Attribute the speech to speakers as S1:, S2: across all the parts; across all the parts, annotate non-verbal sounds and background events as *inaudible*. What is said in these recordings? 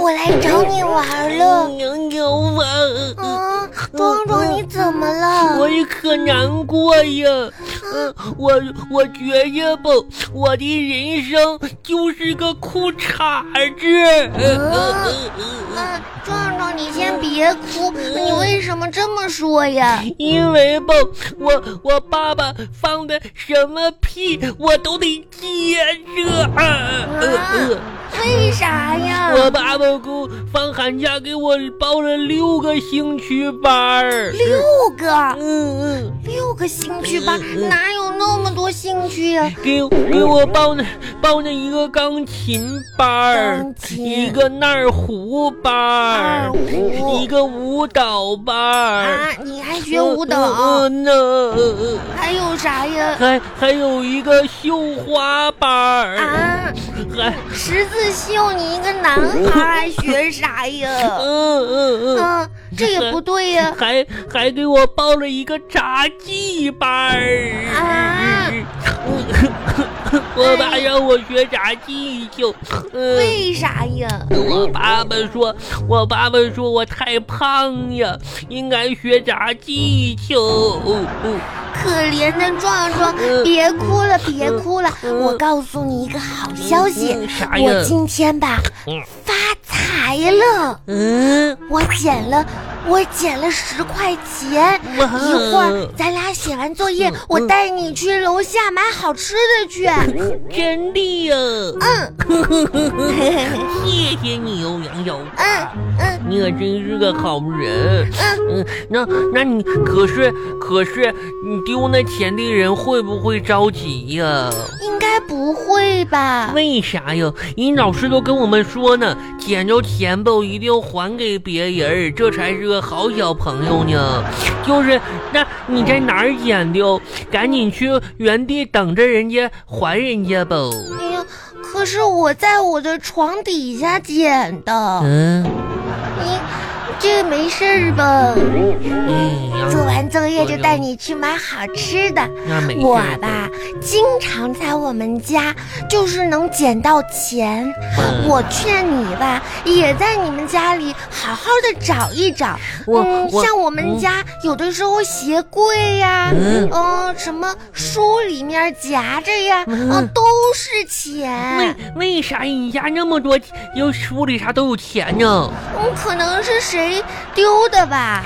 S1: 我来找你玩了。
S2: 娘娘啊，
S1: 啊，壮壮，你怎么了？
S2: 我可难过呀！嗯，我我觉着吧，我的人生就是个裤衩子。
S1: 啊，壮壮，你先别哭，你为什么这么说呀？
S2: 因为吧，我我爸爸放的什么屁，我都得接着。啊
S1: 为啥呀？
S2: 我爸爸给我放寒假给我报了六个兴趣班儿。
S1: 六个，
S2: 嗯嗯。
S1: 六个兴趣班，哪有那么多兴趣呀？
S2: 给给我报那报那一个钢琴班儿
S1: 钢，琴
S2: 一个二胡班
S1: 二
S2: 儿，
S1: 胡
S2: 一个舞蹈班儿，
S1: 啊，你还学舞蹈？
S2: 嗯嗯嗯呢，
S1: 还有啥呀？
S2: 还还有一个绣花班儿，
S1: 啊，
S2: 还
S1: 十字绣，你一个男孩还学啥呀？
S2: 嗯嗯嗯，
S1: 嗯，这也不对呀。
S2: 还还给我报了一个杂技班儿。
S1: 啊，
S2: *laughs* 我爸让我学杂技去，嗯。
S1: 为啥呀？
S2: 我爸爸说，我爸爸说我太胖呀，应该学杂技去。哦哦
S1: 可怜的壮壮，
S2: 嗯
S1: 别哭了，别哭了！
S2: 嗯
S1: 我告诉你一个好消息
S2: 嗯，啥呀
S1: 我今天吧
S2: 嗯
S1: 发财了，
S2: 嗯，
S1: 我捡了，我捡了十块钱。
S2: 哇
S1: 一会儿咱俩写完作
S2: 嗯
S1: 业，我带你去楼下买好吃的去。
S2: 嗯真的呀，
S1: 嗯
S2: 谢谢你哦，杨小瓜，
S1: 嗯
S2: 你可真是个好人。
S1: 嗯，
S2: 嗯，那那你可是可是你丢那钱的人会不会着急呀？
S1: 应该不会吧？
S2: 为啥呀？人老师都跟我们说呢，捡着钱吧，一定要还给别人儿，这才是个好小朋友呢。就是，那你在哪儿捡的？赶紧去原地等着人家还人家吧。
S1: 哎呀，可是我在我的床底下捡的，
S2: 嗯，
S1: 你这没事儿吧？
S2: 嗯，要
S1: 做完作业就带你去买好吃的。
S2: 那没事
S1: 我吧，经常在我们家就是能捡到钱。
S2: 嗯
S1: 我劝你吧，也在你们家里好好的找一找。
S2: 我
S1: 嗯，
S2: 我
S1: 像我们家有的时候鞋柜呀，
S2: 嗯
S1: 嗯，什么书里面夹着呀，
S2: 嗯
S1: 嗯，都是钱
S2: 为。为啥你家那么多，又书里啥都有钱呢？
S1: 嗯，可能是谁丢的吧？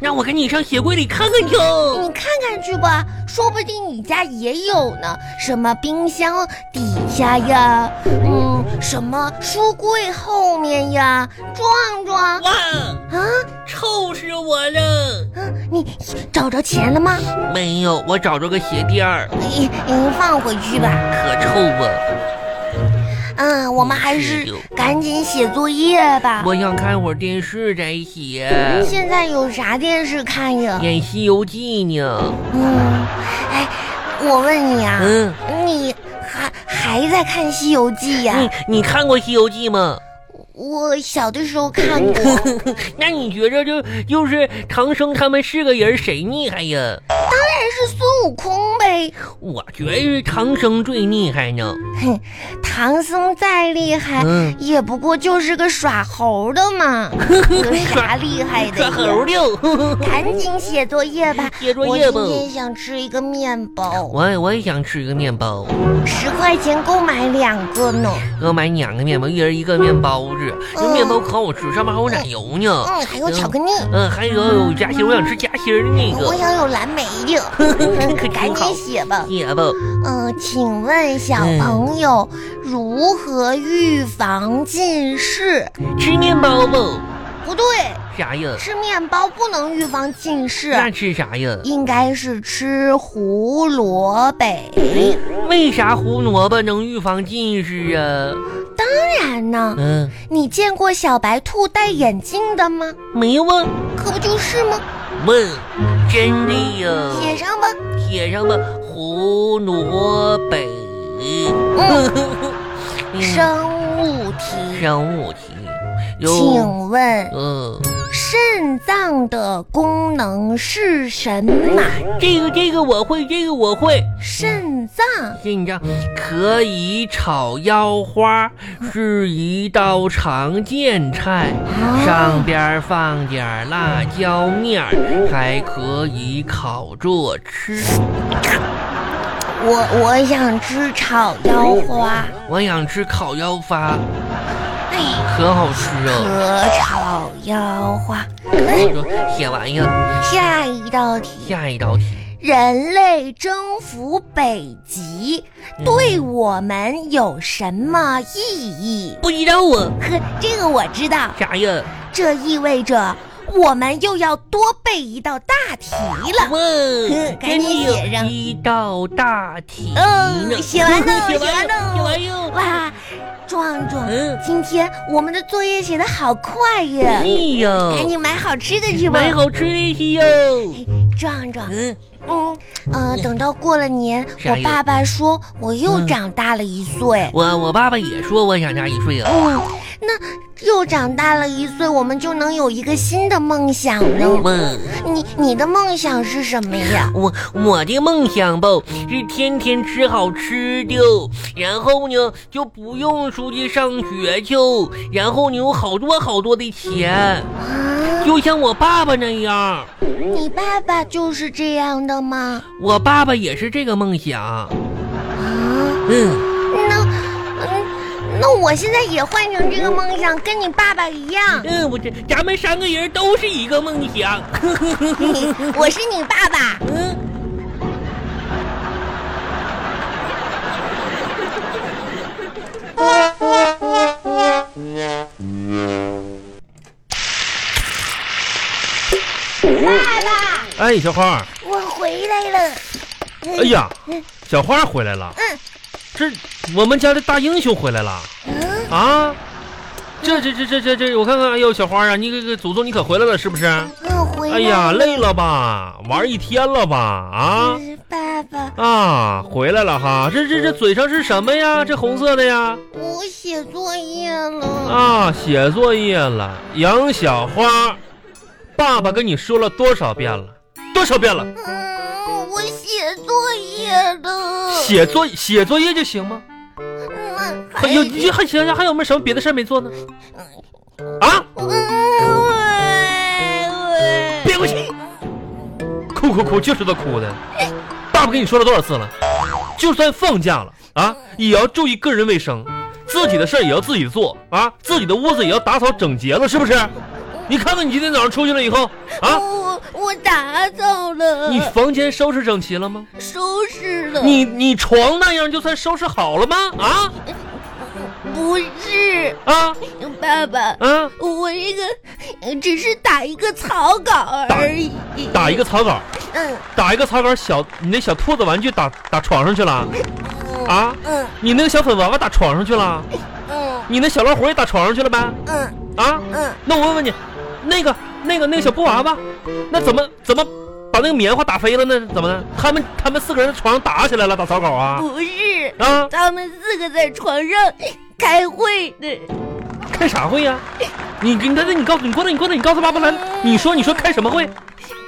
S2: 那我赶紧上鞋柜里看看去。
S1: 你看看去吧，说不定你家也有呢。什么冰箱底下呀，嗯，什么书柜后面呀，壮壮
S2: 哇，
S1: 啊，
S2: 臭死我了！
S1: 嗯，你找着钱了吗？
S2: 没有，我找着个鞋垫儿，
S1: 你你放回去吧。
S2: 可臭啊！
S1: 嗯，我们还是赶紧写作业吧。
S2: 我想看会儿电视再写《
S1: 现在有啥电视看呀？
S2: 啊演西游记》呢。
S1: 嗯，哎，我问你啊，
S2: 嗯，
S1: 你还还在看《西游记》呀？
S2: 你你看过《西游记》吗？
S1: 我小的时候看过。
S2: 那你觉着就就是唐僧他们四个人谁厉害呀？
S1: 是孙悟空呗。
S2: 我觉得是唐僧最厉害呢。
S1: 哼，唐僧再厉害，
S2: 嗯
S1: 也不过就是个耍猴的
S2: *laughs*
S1: 嘛，有啥厉害
S2: 耍
S1: 的
S2: 猴
S1: 呀？
S2: 的，
S1: 赶紧写作业吧，
S2: 写作业吧
S1: 我今天想吃一个面包，
S2: *laughs* 我也我也想吃一个面包，
S1: 十块钱够买两个呢。
S2: 我买两个面包，一人一个面包子。这
S1: 嗯
S2: 面包可好吃，上面还有奶油呢。
S1: 嗯，还有巧克力，
S2: 嗯，还有有夹心，我想吃夹心儿的那
S1: 我
S2: 个。
S1: 想有蓝莓
S2: *laughs*
S1: 的。嗯
S2: 可
S1: 赶
S2: 挺好
S1: 紧。写吧。
S2: 也不，
S1: 嗯，请问小朋友如何预防近视？
S2: 吃面包不？
S1: 不对，
S2: 啥呀？
S1: 吃面包不能预防近视。
S2: 那吃啥呀？
S1: 应该是吃胡萝卜。哎
S2: 为啥胡萝卜能预防近视啊？
S1: 当然呢，
S2: 嗯，
S1: 你见过小白兔戴眼镜的吗？
S2: 没问
S1: 可不就是吗？
S2: 问，真的
S1: 写
S2: 呀？
S1: 上吧。
S2: 写上吧，胡萝卜。嗯
S1: 生物题，
S2: 生物题，有
S1: 请问
S2: 嗯，
S1: 肾脏的功能是什么？
S3: 这个这个我会，这个我会。
S1: 肾脏
S3: 这你知道，可以炒腰花，是一道常见菜，
S1: 啊
S3: 上边儿放点儿辣椒面儿，还可以烤着吃。
S1: 我我想吃炒腰花，
S3: 我想吃烤腰花，
S1: 哎，
S3: 可好吃哦！
S1: 和炒腰花。
S3: 我跟你说，写完呀，
S1: 下一道题，
S3: 下一道题。
S1: 人类征服北极
S3: 嗯
S1: 对我们有什么意义？
S3: 不知道啊，
S1: 呵，这个我知道，
S3: 啥呀？
S1: 这意味着我们又要多背一道大题了。
S3: 哇，
S1: 赶
S3: 真的
S1: 紧
S3: 有
S1: 写上
S3: 一道大题
S1: 嗯
S3: 呢！
S1: 写完喽
S3: 写
S1: 写
S3: 完
S1: 完喽
S3: 嗯了，写哎完哟！
S1: 哇，壮壮，
S3: 嗯，
S1: 今天我们的作业写的好快呀
S3: 哎！呀，
S1: 赶紧买好吃的去吧。
S3: 买好吃的去哟！
S1: 壮壮，
S3: 嗯，
S1: 嗯，呃，等到过了年，
S3: 啥
S1: 我
S3: 意思
S1: 爸爸说我又
S3: 嗯
S1: 长大了一岁。
S3: 我我爸爸也说我想大一岁啊。
S1: 嗯，那又长大了一岁，我们就能有一个新的梦想呢。
S2: 嗯
S3: 我
S1: 你你的梦想是什么呀？
S3: 我我的梦想吧是天天吃好吃的，然后呢就不用出去上学去，然后呢有好多好多的钱，
S1: 啊，
S3: 就像我爸爸那样。
S1: 你爸爸就是这样的吗？
S3: 我爸爸也是这个梦想。
S1: 啊，
S3: 嗯，
S1: 那嗯，那我现在也换成这个梦想，跟你爸爸一样。
S3: 嗯，我这咱们三个人都是一个梦 *laughs* 想。
S1: 你 *laughs* 我是你爸爸，
S3: 嗯，
S1: 爸爸，
S2: 哎，小花儿，
S1: 我回来了。
S2: 哎呀，小花儿回来了，
S1: 嗯
S2: 这我们家的大英雄回来了
S1: 嗯，
S2: 啊！这这这这这这，我看看，哎呦，小花儿啊，你这个祖宗你可回来了是不是？
S1: 嗯，回来
S2: 哎呀，累了吧，玩一天了吧？啊
S1: 嗯爸爸，
S2: 啊，回来了哈！这这这嘴上是什么
S1: 嗯
S2: 呀？这红色的呀？
S1: 我写作业了。
S2: 啊，写作业了，杨小花，爸爸跟你说了多少遍了？多少遍了？
S1: 嗯，我写作业了。
S2: 写哎作写作业就行吗？
S1: 嗯，
S2: 还
S1: 还
S2: 有你还想想还有没有什么别的事儿没做呢？啊，
S1: 嗯喂喂
S2: 憋过气，哭哭哭，就是这哭的。爸爸跟你说了多少次了？就算放假了啊，也要注意个人卫生，自己的事儿也要自己做啊，自己的屋子也要打扫整洁了，是不是？你看看你今天早上出去了以后啊，
S1: 我我打扫了，
S2: 你房间收拾整齐了吗？
S1: 收拾了。
S2: 你你床那样就算收拾好了吗？啊
S1: 不是
S2: 啊
S1: 爸爸，
S2: 啊！
S1: 我这个只是打一个草稿而已。
S2: 打一个草稿，
S1: 嗯
S2: 打一个草稿，小你那小兔子玩具打打床上去了啊？
S1: 嗯
S2: 你那个小粉娃娃打床上去了，
S1: 嗯
S2: 你那小老虎也打床上去了呗？
S1: 嗯
S2: 啊，
S1: 嗯，
S2: 那我问问你，那个、那个、那个小布娃娃，那怎么怎么把那个棉花打飞了呢？怎么的？他们他们四个人在床上打起来了，打草稿啊？
S1: 不是，
S2: 啊，
S1: 他们四个在床上开会呢。
S2: 开啥会呀、你你那那你告诉你过来你过来你告诉爸爸来，你说你说开什么会？
S1: 可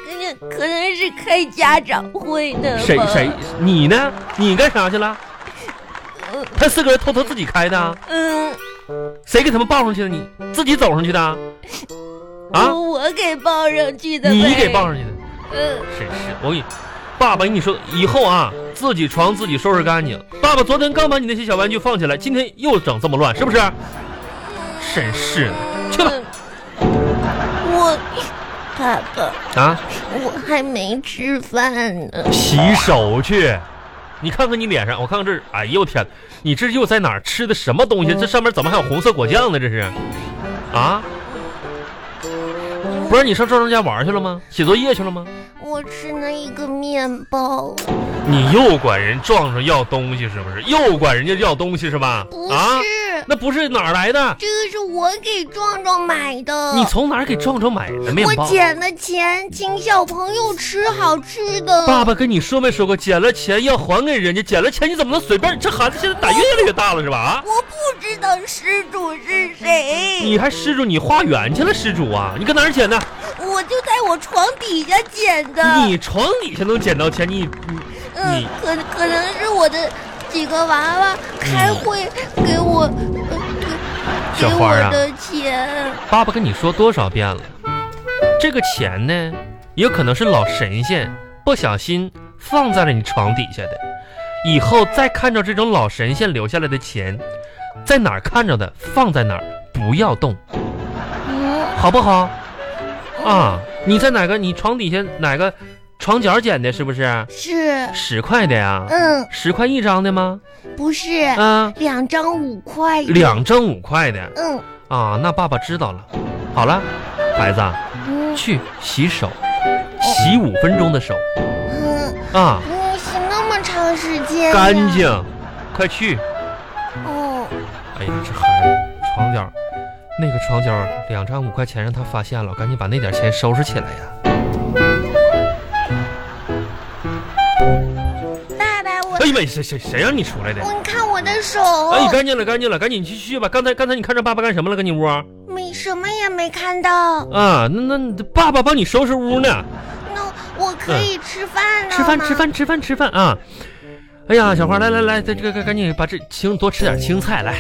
S1: 能可能是开家长会呢吧。
S2: 谁谁呃你呢？你干啥去了？他四个人偷偷自己开的啊，
S1: 嗯，
S2: 谁给他们抱上去的？你自己走上去的啊？啊
S1: 我我给报上去的呗。
S2: 你给抱上去的？
S1: 嗯
S2: 真是，我跟你，爸爸跟你说，以后啊，自己床自己收拾干净。爸爸昨天刚把你那些小玩具放起来，今天又整这么乱，是不是？真是的，去吧
S1: 嗯我爸爸，
S2: 啊，
S1: 我还没吃饭呢。
S2: 洗手去。你看看你脸上，我看看这儿，哎呦我天，你这又在哪儿吃的什么东西？这上面怎么还有红色果酱呢？这是，啊？不是你上壮壮家玩去了吗？写作业去了吗？
S1: 我吃了一个面包，
S2: 你又管人壮壮要东西是不是？又管人家要东西是吧？
S1: 不
S2: 啊？
S1: 是，
S2: 那不是哪儿来的？
S1: 这个是我给壮壮买的。
S2: 你从哪儿给壮壮买的面
S1: 我
S2: 包？啊
S1: 捡了钱，请小朋友吃好吃的。
S2: 爸爸跟你说没说过，捡了钱要还给人家，捡了钱你怎么能随便？这孩子现在胆越来越大了是吧？啊，
S1: 我不知道失主是谁，
S2: 你还施主你化缘去了，施主啊，你搁哪儿捡的？
S1: 我就在我床底下捡的。
S2: 你床底下能捡到钱，你
S1: 嗯
S2: 你，
S1: 可可能是我的几个娃娃开会给我、
S2: 嗯
S1: 呃给
S2: 小
S1: 给
S2: 花
S1: 我
S2: 儿啊
S1: 的钱。
S2: 爸爸跟你说多少遍了？这个钱呢，也可能是老神仙不小心放在了你床底下的。以后再看着这种老神仙留下来的钱，在哪儿看着的放在哪儿，不要动，
S1: 嗯，
S2: 好不好？啊，你在哪个你床底下哪个床角捡的？是不是
S1: 是，
S2: 十块的呀？
S1: 嗯，
S2: 十块一张的吗？
S1: 不是，
S2: 啊，
S1: 两张五块。
S2: 两张五块的
S1: 嗯
S2: 啊，那爸爸知道了。好了，孩子啊，
S1: 嗯
S2: 去洗手，洗五分钟的手
S1: 嗯，
S2: 啊，
S1: 你洗那么长时间、
S2: 干。净，快去。
S1: 哦，
S2: 哎呀，这孩子床角，那个床角两张五块钱让他发现了，赶紧把那点钱收拾起来呀。
S1: 爸爸，我
S2: 哎呀妈，谁谁谁让你出来的？
S1: 我你看我的手，
S2: 哎，干净了，干净了，赶紧去去吧。刚才刚才你看着爸爸干什么了？跟你屋啊？
S1: 没什么也没看到。
S2: 啊，那那爸爸帮你收拾屋呢。
S1: 那我可以吃饭
S2: 嗯
S1: 了吗？
S2: 吃饭，吃。饭，吃饭，吃饭啊！哎呀，小花，来来来，这这个赶紧把这青多吃点青菜来。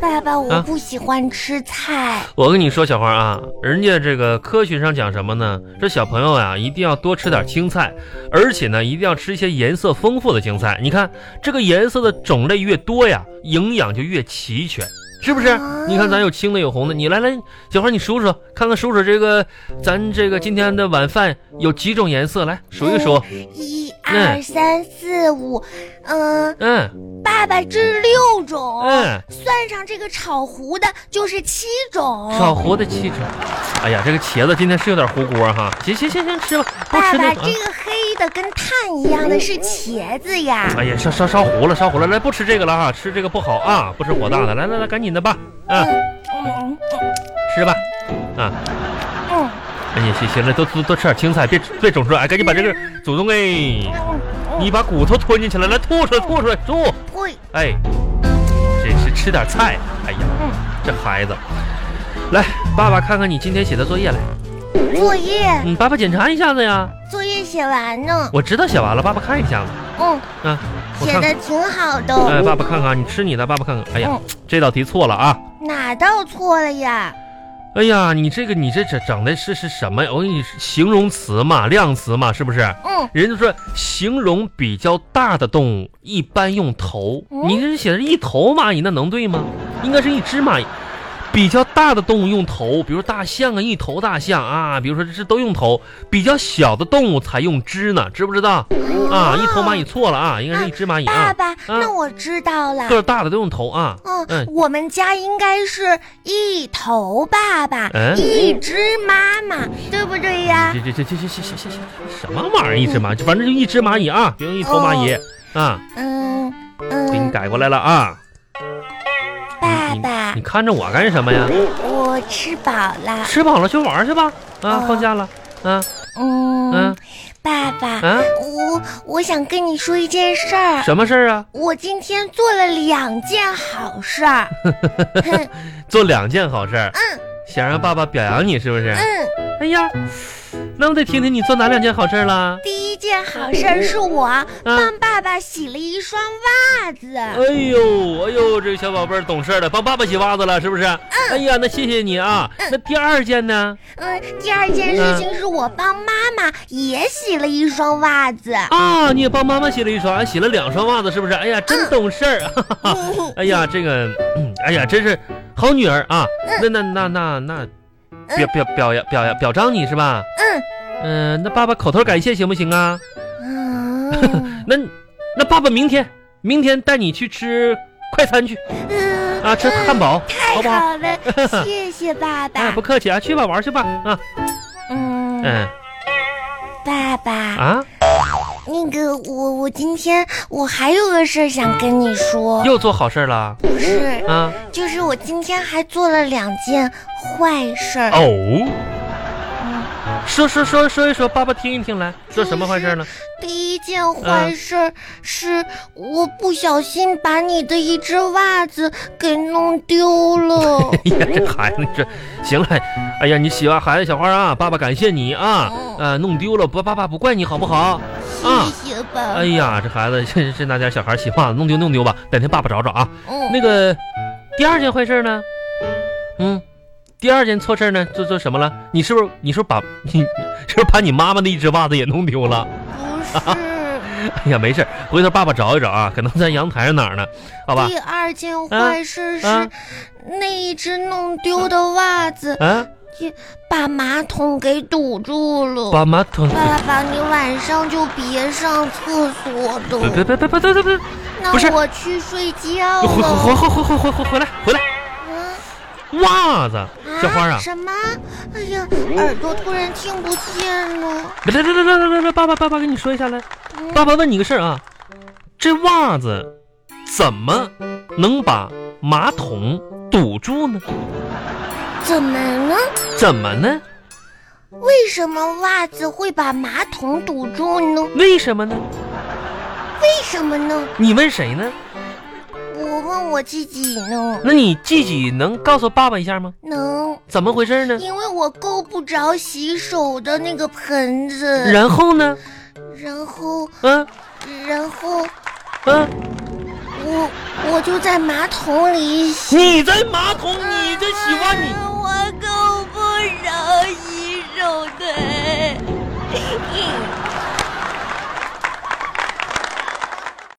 S1: 爸爸，我
S2: 啊
S1: 不喜欢吃菜。
S2: 我跟你说，小花啊，人家这个科学上讲什么呢？这小朋友呀、一定要多吃点青菜，而且呢，一定要吃一些颜色丰富的青菜。你看这个颜色的种类越多呀，营养就越齐全，是不是
S1: 啊？
S2: 你看咱有青的，有红的。你来来，小花，你数数，看看数数这个咱这个今天的晚饭有几种颜色，来数一数。
S1: 哦一
S2: 嗯
S1: 二三四五，嗯，
S2: 嗯
S1: 爸爸这是六种，
S2: 嗯。
S1: 算上这个炒糊的，就是七种。
S2: 少活的气质。哎呀，这个茄子今天是有点糊锅哈。行行行行，吃吧，不
S1: 爸
S2: 吃啊
S1: 爸，
S2: 那
S1: 这个黑的跟碳一样的是茄子呀。
S2: 哎呀，烧烧烧糊了，烧糊了，来不吃这个了哈，吃这个不好啊，不吃火大的。来来来，赶紧的吧，啊，
S1: 嗯
S2: 吃吧。啊
S1: 嗯
S2: 哎呀，行行了，多多多吃点青菜，别别总说，哎，赶紧把这个祖宗哎，
S1: 嗯嗯，
S2: 你把骨头吞进去了，来吐出来，吐出来，吐。
S1: 会
S2: 哎，这是吃点菜。哎呀，
S1: 嗯
S2: 这孩子，来，爸爸看看你今天写的作业来，
S1: 作业
S2: 嗯，爸爸检查一下子呀。
S1: 作业写完呢，
S2: 我知道写完了，爸爸看一下子。
S1: 嗯，
S2: 啊，我
S1: 写
S2: 看看。
S1: 的挺好
S2: 哎，
S1: 的。哦
S2: 爸爸看看，你吃你的，爸爸看看。哎呀
S1: 嗯，
S2: 这道题错了啊！
S1: 哪道错了呀？
S2: 哎呀，你这个你这整整的是是什么呀？我给你形容词嘛，量词嘛，是不是？
S1: 嗯，
S2: 人家说形容比较大的动物一般用头，
S1: 嗯
S2: 你这写的是一头蚂蚁，那能对吗？应该是一只蚂蚁。比较大的动物用头，比如大象啊，一头大象啊，比如说这这都用头。比较小的动物才用肢呢，知不知道？啊，一头蚂蚁错了啊，应该是一只蚂蚁
S1: 爸
S2: 啊。
S1: 爸，那我知道了。
S2: 个儿大的都用头啊。
S1: 嗯
S2: 嗯，
S1: 我们家应该是一头爸爸，
S2: 嗯
S1: 一只妈妈，对不对呀
S2: 这？这这这这这这这什么玩意儿？一只蚂蚁，反正就一只蚂蚁啊，别用一头蚂蚁、啊，
S1: 嗯
S2: 给你
S1: 嗯，
S2: 改过来了啊！
S1: 爸嗯爸嗯
S2: 你，看着我干什么呀？
S1: 我吃饱了。
S2: 吃饱了去玩去吧！啊，
S1: 哦
S2: 放假了，啊
S1: 嗯
S2: 嗯，
S1: 爸爸，
S2: 啊，
S1: 我我想跟你说一件事儿。
S2: 什么事儿啊？
S1: 我今天做了两件好
S2: *laughs*
S1: 事儿。哼
S2: 做两件好事儿，
S1: 嗯
S2: 想让爸爸表扬你是不是？
S1: 嗯，
S2: 哎呀，那我得听听你做哪两件好事儿了。
S1: 第一件好事儿是我帮爸爸洗了一双袜子。
S2: 嗯哎呦，哎呦，这个小宝贝儿懂事儿了，帮爸爸洗袜子了，是不是？哎呀，那谢谢你啊。那第二件呢？
S1: 嗯，第二件事情是我帮妈妈也洗了一双
S2: *laughs*
S1: 袜子。
S2: 啊，你也帮妈妈洗了一双，哎洗了两双袜子，是不是？哎呀，
S1: 嗯
S2: 真懂事儿。哎呀，这个， *clears throat* 嗯哎呀，真是好女儿啊！
S1: 嗯
S2: 那那那那那，表表表扬表扬表彰你是吧？
S1: 嗯
S2: 嗯、那爸爸口头感谢行不行啊？ *laughs*
S1: 嗯，
S2: 那那爸爸明天明天带你去吃快餐去
S1: 嗯
S2: 啊，吃汉。堡好
S1: 太
S2: 不好？
S1: 好了，
S2: *laughs*
S1: 谢谢爸
S2: 哎，
S1: 爸
S2: 不。客气啊，去吧，玩去吧啊，
S1: 嗯，
S2: 嗯
S1: 爸爸，
S2: 啊，
S1: 那个，我我今天我还有个事儿想跟你说，
S2: 又做好事儿了
S1: 不是，
S2: 啊？
S1: 就是我今天还做了两件坏事儿。
S2: 哦，
S1: 嗯
S2: 说说说说一说，爸爸听一听来，说什么坏事儿呢？
S1: 嗯第一件
S2: 嗯
S1: 坏事儿是我不小心把你的一只袜子给弄丢
S2: *laughs*
S1: 了。
S2: *laughs* 哎呀，这孩子，你这行了，哎呀，你喜欢孩子小花啊，爸爸感谢你啊
S1: 哦，
S2: 呃，弄丢了，不，爸爸不怪你好不好？啊
S1: 谢谢吧
S2: 哎。呀，这孩子，这这那家小孩洗袜子弄丢弄丢吧，哪天爸爸找找啊。
S1: 嗯，
S2: 那个第二件坏事呢？嗯，第二件错事呢，做做什么了？你是不是你是不是把你是不是把你妈妈的一只袜子也弄丢了？
S1: 不是。
S2: 哎呀，没事儿，回头爸爸找一找啊，可能在阳台上哪儿呢？ *laughs* 好吧？
S1: 第二件坏事是、
S2: 啊
S1: 那一只弄丢的袜子
S2: 啊，
S1: 把马桶给堵住了。
S2: 把马桶。
S1: 爸爸，你晚上就别上厕所
S2: 别别
S1: 了，
S2: 别别别别别！
S1: 那
S2: 不是
S1: 我去睡觉
S2: 回回
S1: 了。
S2: 回回回回回来回来！
S1: 嗯
S2: 袜子，小花啊！
S1: 什么？哎呀，耳朵突然听不见了。
S2: 来来来来来来来，爸爸爸爸跟你说一下来。
S1: 嗯
S2: 爸爸问你个事儿啊，这袜子怎么能把马桶堵住呢？
S1: 怎么了？
S2: 怎么呢？
S1: 为什么袜子会把马桶堵住呢？
S2: 为什么呢？
S1: 为什么呢？
S2: 你问谁呢？
S1: 我问我自己呢。
S2: 那你自己能告诉爸爸一下吗？
S1: 能。
S2: 怎么回事呢？
S1: 因为我够不着洗手的那个盆子，
S2: 然后呢？
S1: 然后，
S2: 嗯、
S1: 然后
S2: 嗯、
S1: 我我就在马桶里洗。
S2: 你在马桶，你在洗袜，你
S1: 啊我够不着洗手的。